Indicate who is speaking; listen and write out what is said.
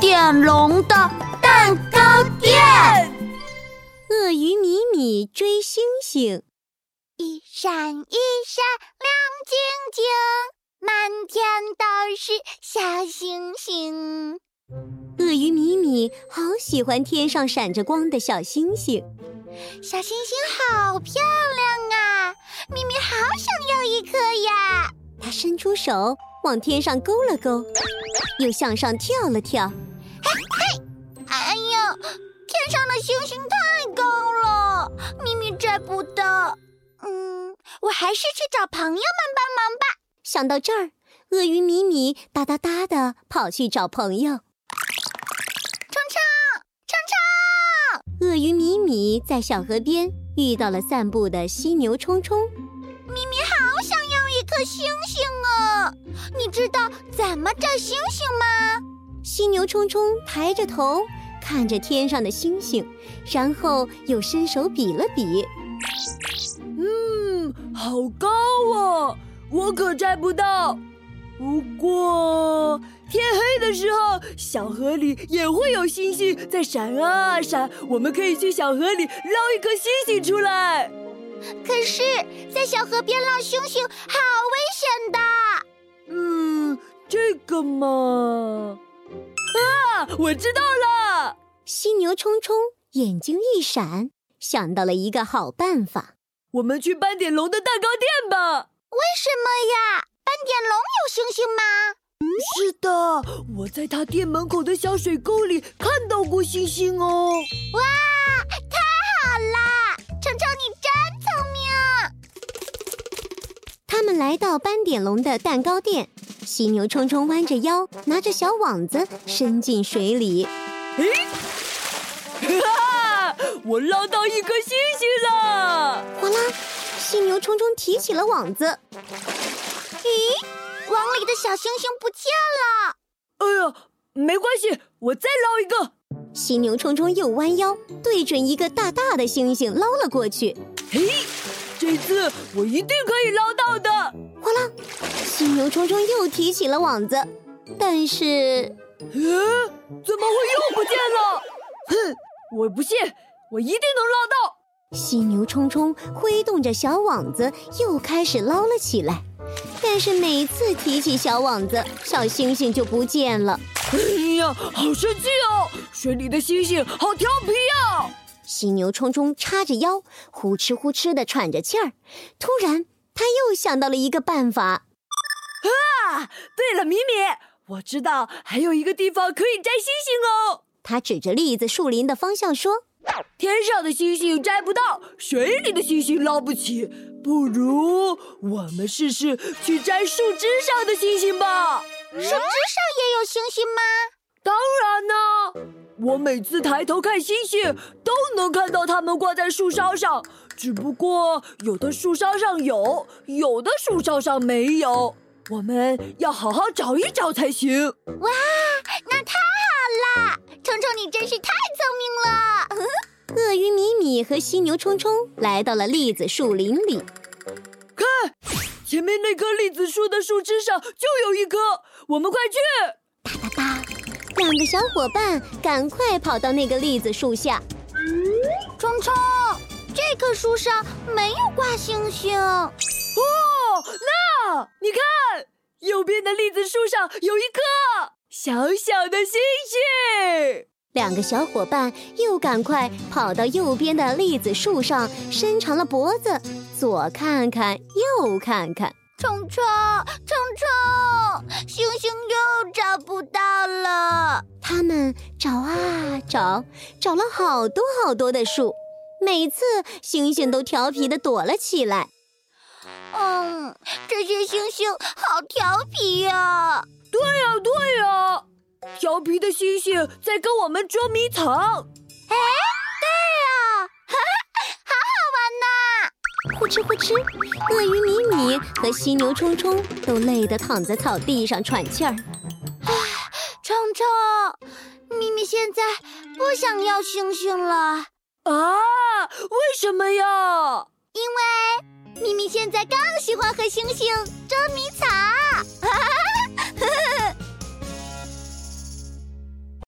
Speaker 1: 点龙的蛋糕店。
Speaker 2: 鳄鱼米米追星星，
Speaker 3: 一闪一闪亮晶晶，满天都是小星星。
Speaker 2: 鳄鱼米米好喜欢天上闪着光的小星星，
Speaker 3: 小星星好漂亮啊！咪咪好想要一颗呀！
Speaker 2: 它伸出手往天上勾了勾，又向上跳了跳。
Speaker 3: 哎呦，天上的星星太高了，咪咪摘不到。嗯，我还是去找朋友们帮忙吧。
Speaker 2: 想到这儿，鳄鱼米米哒哒哒的跑去找朋友。
Speaker 3: 冲冲冲
Speaker 2: 鳄鱼米米在小河边遇到了散步的犀牛冲冲。
Speaker 3: 冲，好想要一颗星星
Speaker 2: 哦
Speaker 3: 啊！你知道怎么摘星星吗？
Speaker 2: 犀牛冲冲抬着头看着天上的星星，然后又伸手比了比。
Speaker 4: 嗯，好高啊！我可摘不到。不过天黑的时候，小河里也会有星星在闪啊闪，我们可以去小河里捞一颗星星出来。
Speaker 3: 可是，在小河边捞星星好危险的。
Speaker 4: 嗯，这个嘛，啊，我知道了。
Speaker 2: 犀牛冲冲眼睛一闪，想到了一个好办法。
Speaker 4: 我们去斑点龙的蛋糕店吧。
Speaker 3: 为什么呀？斑点龙有星星吗？
Speaker 4: 是的，我在他店门口的小水沟里看到过星星哦。
Speaker 3: 啊好啦，程程你真聪明。
Speaker 2: 他们来到斑点龙的蛋糕店，犀牛冲冲弯着腰，拿着小网子伸进水里。
Speaker 4: 哈哈，我捞到一颗星星了！
Speaker 2: 哗啦，犀牛冲冲提起了网子，
Speaker 3: 咦，网里的小星星不见了。
Speaker 4: 哎呀，没关系，我再捞一个。
Speaker 2: 犀牛冲冲又弯腰，对准一个大大的星星捞了过去。
Speaker 4: 嘿，这次我一定可以捞到的。
Speaker 2: 哗啦，犀牛冲冲又提起了网子，但是
Speaker 4: 嗯，怎么会又不见了？哼，我不信，我一定能捞到。
Speaker 2: 犀牛冲冲挥动着小网子，又开始捞了起来。但是每次提起小网子，小星星就不见了。
Speaker 4: 哎呀，好生气哦！水里的星星好调皮哦呀、
Speaker 2: 犀牛冲冲叉着腰，呼哧呼哧地喘着气儿。突然，他又想到了一个办法。
Speaker 4: 对了，米米，我知道还有一个地方可以摘星星哦。
Speaker 2: 他指着栗子树林的方向说
Speaker 4: 天上的星星摘不到，水里的星星捞不起，不如我们试试去摘树枝上的星星吧。
Speaker 3: 树枝上也有星星吗？
Speaker 4: 当然呢，我每次抬头看星星，都能看到它们挂在树梢上，只不过有的树梢上有，有的树梢上没有。我们要好好找一找才行。
Speaker 3: 哇，那太好啦！程程你真是太聪明了。：“
Speaker 2: 鳄鱼米米和犀牛冲冲来到了栗子树林里。
Speaker 4: 看，前面那棵栗子树的树枝上就有一颗，我们快去！
Speaker 2: 两个小伙伴赶快跑到那个栗子树下。
Speaker 3: 冲冲，这棵树上没有挂星星。
Speaker 4: 哦，那你看，右边的栗子树上有一颗小小的星星。
Speaker 2: 两个小伙伴又赶快跑到右边的栗子树上，伸长了脖子，左看看，右看看。
Speaker 3: 冲冲，冲冲，星星又找不到了。
Speaker 2: 他们找啊找，找了好多好多的树，每次星星都调皮的躲了起来。
Speaker 3: 嗯，这些星星好调皮呀、
Speaker 4: 对呀、对呀、调皮的星星在跟我们捉迷藏。
Speaker 2: 呼哧呼哧，鳄鱼米米和犀牛冲冲都累得躺在草地上喘气儿。
Speaker 3: 冲冲，咪咪现在不想要星星了，
Speaker 4: 啊，为什么呀？
Speaker 3: 因为咪咪现在更喜欢和星星捉迷藏。